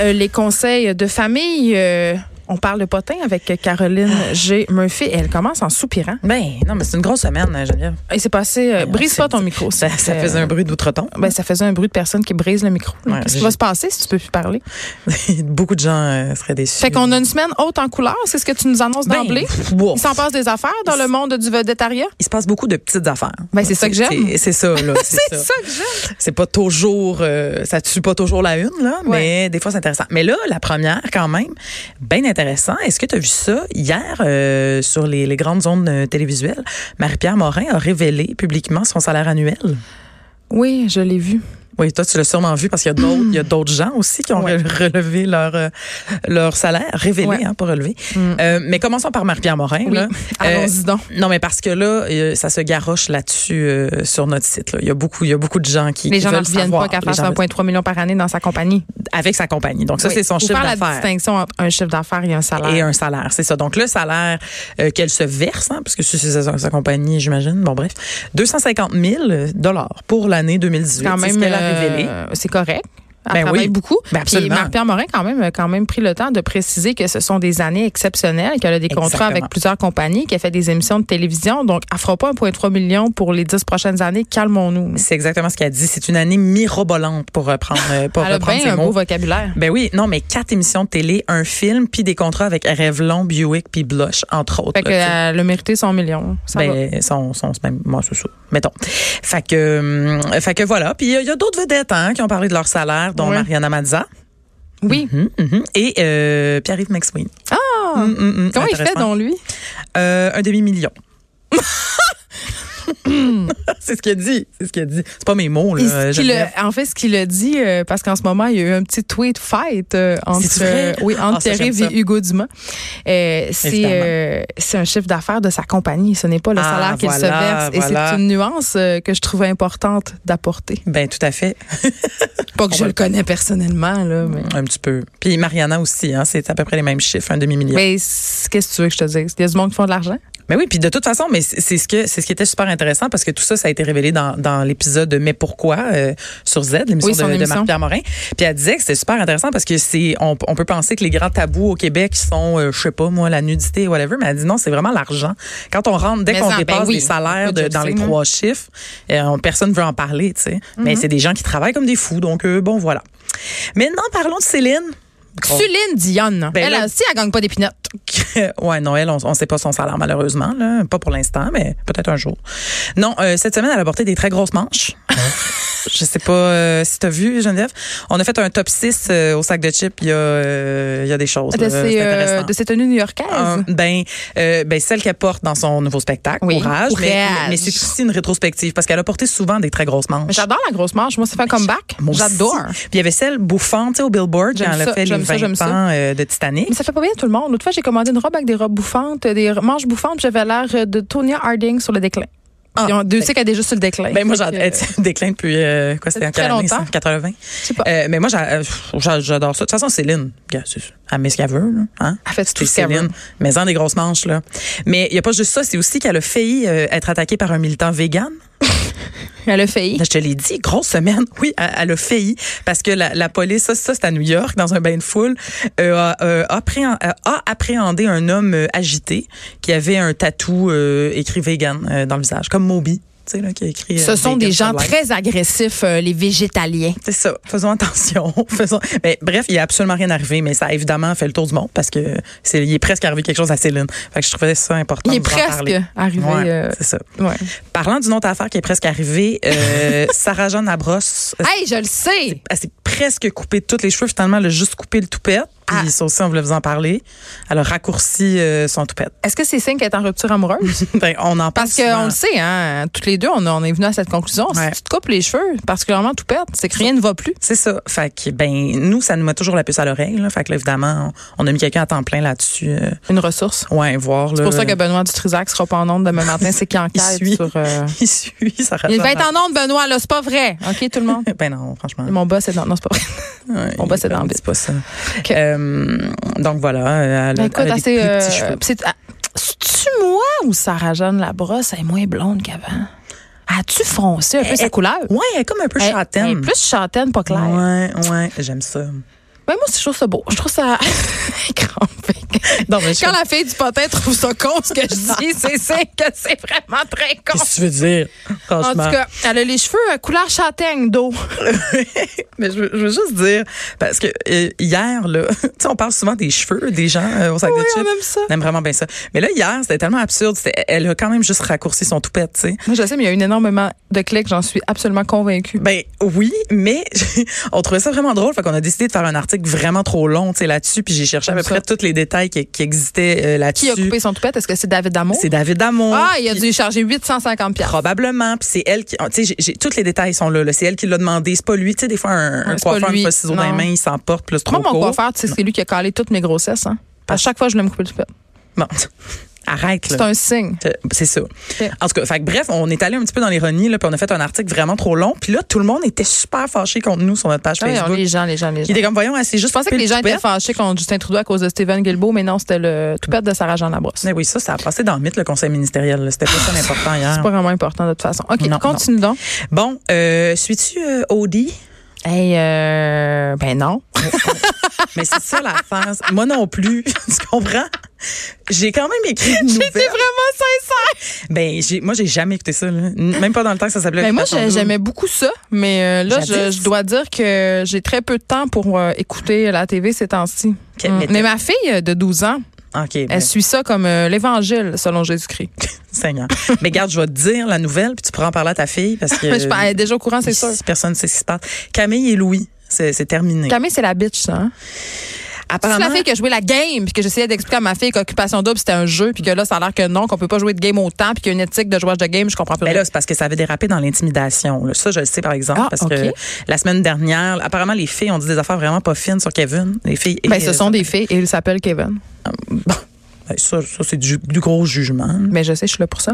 Euh, les conseils de famille. euh, on parle de potin avec Caroline Ah. G. Murphy. Et elle commence en soupirant. Ben, non, mais c'est une grosse semaine, hein, Geneviève. Et c'est passé. euh, brise pas ton micro. Ah, Ça, ça C'était, faisait un bruit d'outre-tombe. euh, Ben, ça faisait un bruit de personne qui brise le micro. Ouais, Qu'est-ce qui j'ai- va se passer si tu peux plus parler? Beaucoup de gens euh, seraient déçus. Fait qu'on a une semaine haute en couleurs. C'est ce que tu nous annonces Ben, d'emblée? pff, wow. Il s'en passe des affaires dans le monde du vedettariat? Il se passe beaucoup de petites affaires. Ben, c'est ça que j'aime. C'est- C'est ça, là. C'est C'est ça. ça que j'aime. C'est pas toujours. euh, ça tue pas toujours la une, là, mais des fois, c'est intéressant. Mais là, la première, quand même, bien intéressant. Est-ce que tu as vu ça hier euh, sur les, les grandes ondes euh, télévisuelles? Marie-Pierre Morin a révélé publiquement son salaire annuel. Oui, je l'ai vu. Oui, toi, tu l'as sûrement vu parce qu'il y a d'autres, il y a d'autres gens aussi qui ont Ouais. re- relevé leur, euh, leur salaire, révélé, Ouais. Mm. hein, pas relevé. Euh, mais commençons par Marie-Pierre Morin. Oui. là. Euh, Allons-y donc. non, mais parce que là, euh, ça se garoche là-dessus euh, sur notre site. là. Il y a beaucoup, il y a beaucoup de gens qui Les qui gens ne veulent reviennent savoir. pas qu'à Les faire gens 1,3 million par année dans sa compagnie. veulent- avec sa compagnie. Donc ça, Oui. c'est son Faut chiffre faire la d'affaires. distinction entre un chiffre d'affaires et un salaire. Et un salaire, c'est ça. Donc, le salaire euh, qu'elle se verse, hein, parce que c'est sa, sa compagnie, j'imagine, bon, bref, 250 000 pour l'année 2018. quand c'est même, ce qu'elle a euh, révélé. c'est correct. Elle Ben travaille oui. beaucoup. Ben Puis absolument. Marc-Pierre Morin quand même a quand même pris le temps de préciser que ce sont des années exceptionnelles, qu'elle a des contrats Exactement. avec plusieurs compagnies, qu'elle fait des émissions de télévision. Donc, elle fera pas 1,3 million pour les 10 prochaines années. Calmons-nous. C'est exactement ce qu'elle dit. C'est une année mirobolante pour reprendre, euh, pour Elle a reprendre bien ses un beau mots. vocabulaire. Ben oui, non, mais quatre émissions de télé, un film, puis des contrats avec Revlon, Buick, puis Blush, entre autres. Fait qu'elle là, a mérité son million. Ça va. ben, son, son, ben, moi, c'est ça. Mettons. Fait que, euh, fait que voilà. Puis il y a- il y a, d'autres vedettes, hein, qui ont parlé de leur salaire, dont Ouais. Mariana Mazza. Oui. Hum, hum, et, euh, Pierre-Yves McSween. Ah! Hum, hum, hum, Comment il fait, intéressant. donc, lui? Euh, un demi-million. c'est ce qu'il a dit. C'est ce qu'il a dit. C'est pas mes mots, là. Il- ce qu'il Euh, Geneviève. a- en fait, ce qu'il a dit, euh, parce qu'en ce moment, il y a eu un petit tweet fight euh, entre, C'est-tu vrai? oui, entre Ah, ça, Thérèse j'aime ça. et Hugo Dumas. Euh, c'est Évidemment. euh, c'est un chiffre d'affaires de sa compagnie. Ce n'est pas le Ah, salaire qu'il voilà, se verse. Et voilà. c'est une nuance euh, que je trouve importante d'apporter. Ben, tout à fait. Pas que je le connais personnellement, là, mais. Un petit peu. Puis Mariana aussi, hein, c'est à peu près les mêmes chiffres, un demi-million. Mais, Mais c'est- qu'est-ce que tu veux que je te dise? Il y a du monde qui font de l'argent? oui, puis de toute façon, mais c'est c'est ce que c'est ce qui était super intéressant parce que tout ça, ça a été révélé dans, dans l'épisode de Mais pourquoi euh, sur Z, l'émission Oui, son de, de émission. Marc-Pierre Morin. Puis elle disait que c'était super intéressant parce que c'est on, on peut penser que les grands tabous au Québec sont, euh, je sais pas moi, la nudité, whatever, mais elle dit non, c'est vraiment l'argent. Quand on rentre, dès Mais qu'on ça, ben dépasse oui, les salaires on peut de- dans les juger, hein. trois chiffres, euh, on- personne veut en parler, tu sais. Mais Mhm. c'est des gens qui travaillent comme des fous, donc euh, bon voilà. Maintenant, parlons de Céline. Gros- Suline Dionne. Oh. Ben elle là- aussi, elle gagne pas des pinottes. que- ouais, Noël, on ne sait pas son salaire malheureusement, là. pas pour l'instant, mais peut-être un jour. Non, euh, cette semaine, elle a porté des très grosses manches. Je sais pas euh, si tu as vu, Geneviève. On a fait un top 6 euh, au sac de chips. Il y, a, euh, il y a des choses. De là. ses, C'est euh, intéressant. de ses tenues new-yorkaises. Euh, ben, euh, ben, celle qu'elle porte dans son nouveau spectacle, Oui, Courage. mais- Courage. Mais, c'est aussi une rétrospective parce qu'elle a porté souvent des très grosses manches. Mais J'adore la grosse manche. Moi, ça fait un comeback. Moi aussi. J'adore. Puis il y avait celle bouffante tu sais, au Billboard J'aime quand elle ça, a fait les j'aime ça, 20 j'aime ça. ans euh, de Titanic. Mais ça fait pas bien tout le monde. L'autre fois, j'ai commandé une robe avec des robes bouffantes, euh, des manches bouffantes, puis j'avais l'air euh, de Tonya Harding sur le déclin. Ah, Puis on- Dieu sait qu'elle est déjà sur le déclin. Ben moi, Fait j'en que, elle décline depuis euh, quoi c'était en Très quelle année, ça? longtemps. 80. sais pas. Euh, mais moi j'a- euh, j'a- j'adore ça. De toute façon, Céline, gars, c'est- elle met ce qu'elle veut là, hein. Elle fait tout C'est ce qu'elle veut. Céline, mais en des grosses manches là. Mais il y a pas juste ça, c'est aussi qu'elle a failli euh, être attaquée par un militant vegan. Elle a failli. Là, Je te l'ai dit, grosse semaine. Oui, elle, elle a failli parce que la, la police, ça, ça c'est à New York, dans un bain de foule, euh, a, euh, appréhen- euh, a appréhendé un homme euh, agité qui avait un tatou euh, écrit vegan euh, dans le visage, comme Moby, tu sais là, qui a écrit. euh, Ce sont des Vegan gens for life. très agressifs, euh, les végétaliens. C'est ça. Faisons attention. Faisons... Mais bref, il n'y a absolument rien arrivé, mais ça a évidemment fait le tour du monde parce que c'est il est presque arrivé quelque chose à Céline. Fait que je trouvais ça important. Il est de vous en presque parler. arrivé. Ouais, euh, c'est ça. ouais. Parlant d'une autre affaire qui est presque arrivée, euh, Sarah Jeanne Labrosse, euh, Hey, je le sais. elle s'est presque coupée toutes les cheveux. Finalement, elle a juste coupé le toupette. Puis Ah. ça aussi, on voulait vous en parler. Elle a raccourci euh, son toupette. Est-ce que c'est signe qu'elle est en rupture amoureuse? Ben, on en parle Parce qu'on le sait, hein, toutes les deux, on, on est venu à cette conclusion. Ouais. Si tu te coupes les cheveux, particulièrement tout perdre, c'est que rien ne va plus. C'est ça. Fait que, ben, nous, ça nous met toujours la puce à l'oreille. là. Fait que, là, évidemment, on, on a mis quelqu'un à temps plein là-dessus. euh, Une ressource. ouais, voir. C'est pour ça que Benoît Dutrisac sera pas en onde demain matin, c'est qu'il Il enquête suit. sur. euh, Il suit, ça Il va être en onde, Benoît, là, c'est pas vrai. OK, tout le monde? Ben non, franchement. Mon boss est dans. Non, c'est pas vrai. Ouais, Mon boss est dans le C'est pas ça. Euh, donc, voilà. euh, Elle, a- Ben, écoute, elle a des assez, plus euh, petits cheveux. c'est- ah, C'est-tu moi ou Sarah Jeanne Labrosse elle est moins blonde qu'avant? As-tu foncé un peu Elle- sa couleur? Ouais, elle est comme un peu Elle- châtaine. elle est plus châtaine, pas claire. Ouais, ouais, j'aime ça. Ben, moi, aussi, je trouve ça beau. Je trouve ça crampé. Non, mais je- Quand la fille du potin trouve ça con, ce que je dis, c'est c'est que c'est vraiment très con. Qu'est-ce que tu veux dire? En tout Franchement. cas, elle a les cheveux euh, couleur châtaigne d'eau. Mais je veux, je veux juste dire, parce que euh, hier, là, tu sais, on parle souvent des cheveux des gens euh, au sac Oui, de on chips. aime ça. On aime vraiment bien ça. Mais là, hier, c'était tellement absurde. c'était- Elle a quand même juste raccourci son toupette, tu sais. Moi, je sais, mais il y a eu énormément de clics, j'en suis absolument convaincue. Ben oui, mais on trouvait ça vraiment drôle, fait qu'on a décidé de faire un article vraiment trop long, tu sais, là-dessus, puis j'ai cherché à peu Comme ça. près tous les détails qui, qui existaient euh, Qui a là-dessus. coupé son toupette? Est-ce que c'est David Damo? C'est David Damon. Ah, il a dû charger 850 pièces. Probablement, puis c'est elle qui, ah, tu sais, j'ai- j'ai- tous les détails sont là. là. C'est elle qui l'a demandé, c'est pas lui, tu sais, des fois un, un Ouais, Ah, c'est pas coiffeur lui. me pas ciseaux dans les Non. mains, il s'emporte, plus trop Moi, mon court. coiffeur, tu sais, c'est lui qui a calé toutes mes grossesses. Hein. À chaque fois, je voulais me couper le toupette. Bon, arrête C'est là. un signe. Euh, C'est ça. En tout cas, fait que bref, on est allé un petit peu dans l'ironie, là, puis on a fait un article vraiment trop long. Puis là, tout le monde était super fâché contre nous sur notre page Ouais, Facebook. les gens, les gens, les Qui gens. était comme, voyons, elle s'est juste Ah, Je pensais que coupé les le gens étaient toupette. fâchés contre Justin Trudeau à cause de Stephen Guilbeault, mais non, c'était le toupette de Sarah Jean Labrosse. Mais oui, ça, ça a passé dans le mythe, le conseil ministériel. là. C'était pas ça l'important C'est hier. pas vraiment important de toute façon. OK, Non, continue donc. Bon, euh, suis-tu euh, Audi? Hey, euh, ben non. Mais c'est ça l'affaire. Moi non plus. tu comprends? J'ai quand même écrit une nouvelle. J'étais vraiment sincère. Ben, j'ai, moi, j'ai jamais écouté ça. là. N- Même pas dans le temps que ça s'appelait. Ben moi, Occupation j'ai- Double. j'aimais beaucoup ça, mais euh, là, je, J'adore. je dois dire que j'ai très peu de temps pour euh, écouter la TV ces temps-ci. Ok, mais Mais t'as- ma fille euh, de 12 ans, OK, ben, elle suit ça comme euh, l'Évangile selon Jésus-Christ. Seigneur. Mais garde, je vais te dire la nouvelle, puis tu pourras en parler à ta fille, parce que. euh, Mais je pense- elle est déjà au courant, c'est sûr. Si personne ne sait ce qui se passe. Camille et Louis, c'est, c'est terminé. Camille, c'est la bitch, ça. Hein? C'est la Apparemment, fille qui a joué la game, puis que j'essayais d'expliquer à ma fille qu'Occupation Double, c'était un jeu, puis que là, ça a l'air que non, qu'on peut pas jouer de game autant, puis qu'il y a une éthique de jouage de game, je comprends pas. Ben là, c'est parce que ça avait dérapé dans l'intimidation. là. Ça, je le sais, par exemple, Ah, parce ok. que la semaine dernière, apparemment, les filles ont dit des affaires vraiment pas fines sur Kevin. Les filles. Ben, et- ce sont des filles, et il s'appelle Kevin. Bon. Ben, Ça, ça, c'est du, du gros jugement. Mais je sais, je suis là pour ça.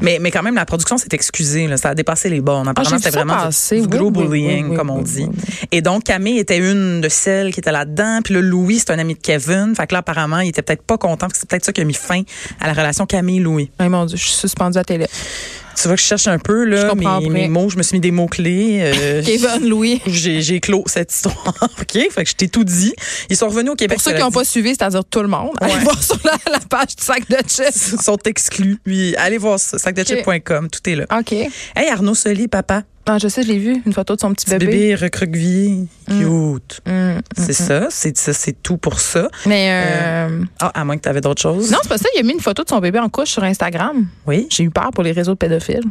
Mais, mais quand même, la production s'est excusée. là. Ça a dépassé les bornes. Ah, Apparemment, j'ai c'était vu ça vraiment du- passer. du, Oui, gros oui, oui, bullying, oui, comme on oui, dit. oui, Et donc, Camille était une de celles qui était là-dedans. Puis là, Louis, c'est un ami de Kevin. Fait que là, apparemment, il était peut-être pas content. parce que C'est peut-être ça qui a mis fin à la relation Camille-Louis. Ah, mon Dieu, je suis suspendue à la télé. Tu vois que je cherche un peu Je là, comprends mes, après. mes mots. Je me suis mis des mots-clés. euh, Kevin, Louis. j'ai, j'ai clos cette histoire. OK? Fait que je t'ai tout dit. Ils sont revenus au Québec. Pour ceux qui cela n'ont dit. pas suivi, c'est-à-dire tout le monde, allez Ouais. voir sur la, la page du sac de chips. Ils sont exclus. Puis allez voir ça, sacdechips.com. Tout est là. OK. Hey, Arnaud Soli, papa. Ah, je sais, je l'ai vu, une photo de son petit Petit bébé. bébé recroquevillé. Cute. Mm. C'est ça. C'est, ça, c'est tout pour ça. Mais euh, Ah, à moins que tu avais d'autres choses. non, c'est pas ça. Il a mis une photo de son bébé en couche sur Instagram. Oui. J'ai eu peur pour les réseaux de pédophiles.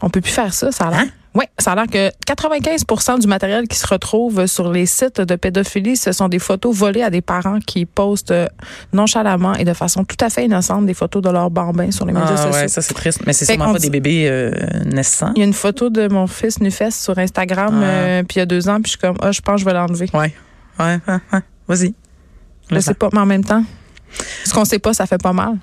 On peut plus faire ça, ça a l'air. Hein? Oui, ça a l'air que 95 du matériel qui se retrouve sur les sites de pédophilie, ce sont des photos volées à des parents qui postent euh, nonchalamment et de façon tout à fait innocente des photos de leurs bambins sur les médias Ah, sociaux. ouais, ça, c'est triste. Mais c'est Fait qu'on sûrement pas Ben, dit- des bébés euh, naissants. Il y a une photo de mon fils Nufes sur Instagram, Ah. euh, puis il y a deux ans, puis je suis comme, ah, je pense que je vais l'enlever. Ouais. Ouais, ouais, ouais. Vas-y. Je sais pas, mais en même temps, ce qu'on sait pas, ça fait pas mal.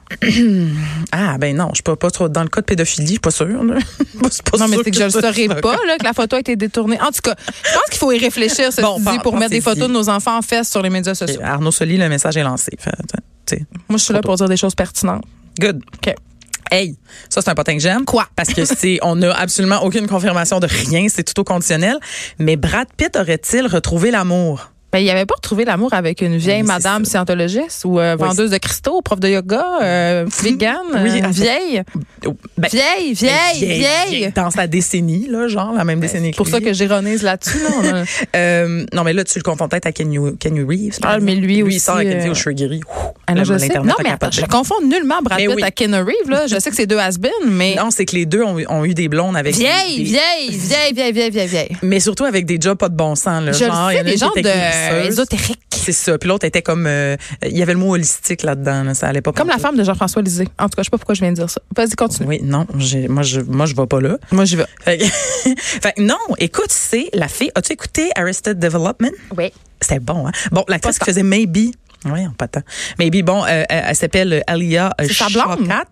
Ah, ben non, je suis pas, pas trop. Dans le cas de pédophilie, je suis pas sûre. là. C'est pas Non, mais sûr c'est que je le ça- saurais pas, là, que la photo a été détournée. En tout cas, je pense qu'il faut y réfléchir, ceci Bon, dit, par- pour mettre des pensez-y. photos de nos enfants en fesses sur les médias sociaux. Et Arnaud Soli, le message est lancé. Fait, tu sais, Moi, je suis là pour dire des choses pertinentes. Good. OK. Hey, ça c'est un potin que j'aime. Quoi? Parce que c'est, on n'a absolument aucune confirmation de rien, c'est tout au conditionnel. Mais Brad Pitt aurait-il retrouvé l'amour? Ben, il avait pas retrouvé l'amour avec une vieille Oui, c'est madame scientologiste ou euh, Oui, Mmh. vendeuse de cristaux, prof de yoga, euh, vegan, Oui, euh, attends. vieille, Oh, ben, vieille, vieille, vieille, Euh, Dans sa décennie, là, genre, la même décennie C'est pour lui. ça que j'ironise là-dessus. Là, on a- Euh, non, mais là, tu le confonds peut-être à Kenny Kenny Reeves. par Ah, exemple. mais lui Lui, aussi, il sort avec une euh, vidéo Sugary. Ah non, je sais. Non, mais attends, pas je confonds nullement Brad Mais Pitt Ben oui. à Keanu Reeves. Là. Je sais que c'est deux has mais Non, c'est que les deux ont, ont eu des blondes avec vieille, des- vieille, vieille, vieille, vieille, vieille, vieille. Mais surtout avec des jobs pas de bon sens. Là, Je Euh, genre, le il y sais, en a des une qui gens était de glisseuse. ésotériques. c'est ça. Puis l'autre était comme, euh, il y avait le mot holistique là-dedans. là. Ça allait pas. Comme la pantoute. femme de Jean-François Lisée. En tout cas, je sais pas pourquoi je viens de dire ça. Vas-y, continue. Oui, non, j'ai- moi je, moi je vais pas là. Moi, j'y vais. Fait que- fait que non, écoute, c'est la fille. As-tu écouté Arrested Development? Oui. C'était bon, hein? Bon, l'actrice Pas qui faisait Maybe. Oui, pas tant. Maybe, bon, euh, elle, elle s'appelle euh, Alia euh, C'est sa blonde? Shawkat.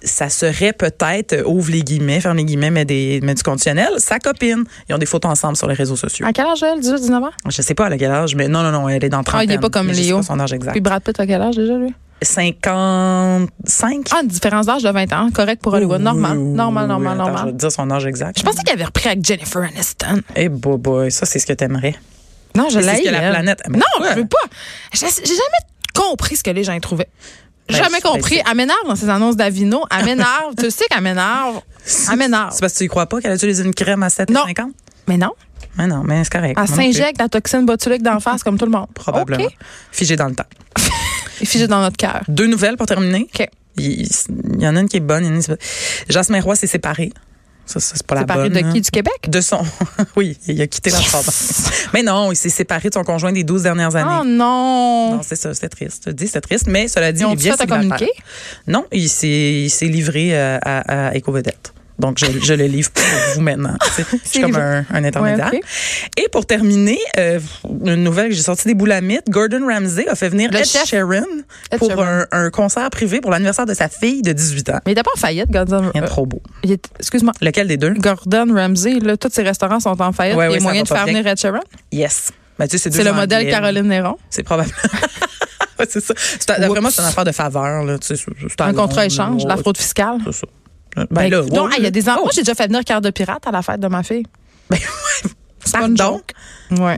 Ça serait peut-être, euh, ouvre les guillemets, ferme les guillemets, mais, des, mais du conditionnel, sa copine. Ils ont des photos ensemble sur les réseaux sociaux. À quel âge, elle? 18, 19 ans? Je sais pas à quel âge, mais non, non, non, elle est dans 30 Ah, il est pas comme Léo. pas son âge exact. Puis Brad Pitt, à quel âge déjà, lui? 55? Ah, une différence d'âge de 20 ans. Correct pour Hollywood. Oui, normal. oui, oui, normal, oui, normal, attends, normal. Je vais te dire son âge exact. Je pensais qu'il avait repris avec Jennifer Aniston. Eh, boy, boy, ça, c'est ce que t'aimerais. Non, je Mais c'est l'ai. ce que la planète- Mais Non, pourquoi? je veux pas. Je- J'ai jamais compris ce que les gens y trouvaient. J'ai Ben, jamais c'est- compris. Elle m'énerve dans ses annonces d'Avino. Elle m'énerve. tu sais qu'elle m'énerve. Elle m'énerve. C'est parce que tu y crois pas qu'elle a utilisé une crème à 7,50? Ah. Non. Mais non. Mais non, mais c'est correct. Elle Moi non plus. s'injecte la toxine botulique d'en face comme tout le monde. Probablement. OK. Figé dans le temps. Et figée dans notre cœur. Deux nouvelles pour terminer. OK. Il, il y en a une qui est bonne. il y en a Une qui est pas- Jasmin Roy s'est séparé. Ça, ça, c'est pas la Séparée bonne. de hein. qui? Du Québec? De son. oui, il a quitté la chambre. Mais non, il s'est séparé de son conjoint des 12 dernières Oh années. non. Non, c'est ça, c'était triste. Je te dis, c'était triste, mais cela dit, Ils il ont est bien fait à célibataire. communiquer. Non, il s'est, il s'est livré euh, à, à Éco-Vedette. Donc, je, je le livre pour vous maintenant. C'est- Je suis comme livré. un, un intermédiaire. Ouais, Et pour terminer, euh, une nouvelle que j'ai sortie des boulamites, Gordon Ramsay a fait venir Le Ed chef. Sheeran Ed pour Sheeran. Un, un concert privé pour l'anniversaire de sa fille de 18 ans. Mais il était pas en faillite, Gordon. Rien de euh, trop beau. il est- Excuse-moi. Lequel des deux? Gordon Ramsay, là, tous ses restaurants sont en faillite. Ouais, il y ouais, a ça moyen va de pas faire bien. venir Ed Sheeran. Yes. Ben, tu sais, c'est deux C'est le gens modèle anglais. Caroline Néron. C'est probable. Ouais, c'est ça. C'est- D'après moi, c'est une affaire de faveur. Là. Tu sais, c'est- c'est Un long, contrat échange, la là. fraude fiscale. C'est ça. Ben, là, donc, ah, ouais. il y a des enfants. Oh. Moi, j'ai déjà fait venir carte de pirate à la fête de ma fille. Ben, C'est pas une Pardon? joke. Ouais.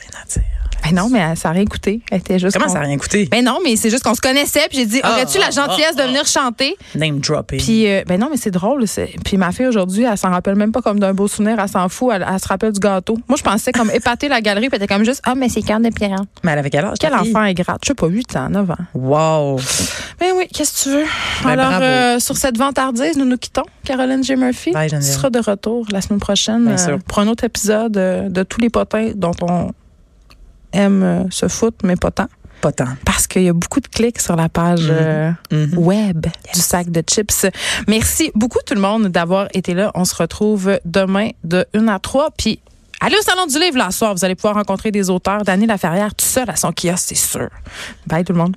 Rien à dire. Ben non, mais elle- ça n'a rien coûté. Elle était juste. Comment ça con- n'a rien coûté? Ben non, mais c'est juste qu'on se connaissait. Puis j'ai dit, Ah, aurais-tu ah, la gentillesse de venir chanter? Name dropping. Puis, euh, ben non, mais c'est drôle. c'est- Puis ma fille aujourd'hui, elle s'en rappelle même pas comme d'un beau souvenir. Elle s'en fout. Elle, elle se rappelle du gâteau. Moi, je pensais comme épater la galerie. Puis elle était comme juste, ah, mais c'est carte de pirate. Mais elle avait quel âge? Quel ta fille? enfant est gratte? Je sais pas, 8 ans, 9 ans. Wow. Ben oui, qu'est-ce que tu veux? Ben, Alors, bravo. euh, sur cette vantardise, nous nous quittons. Caroline J. Murphy, Bye, tu Geneviève. seras de retour la semaine prochaine Bien euh, sûr. pour un autre épisode euh, de Tous les potins dont on aime euh, se foutre, mais pas tant. Pas tant. Parce qu'il y a beaucoup de clics sur la page euh, Mhm. web du sac de chips. Merci beaucoup tout le monde d'avoir été là. On se retrouve demain de 1 à 3. Puis allez au Salon du Livre la soir. Vous allez pouvoir rencontrer des auteurs. Dany Laferrière tout seul à son kiosque, c'est sûr. Bye tout le monde.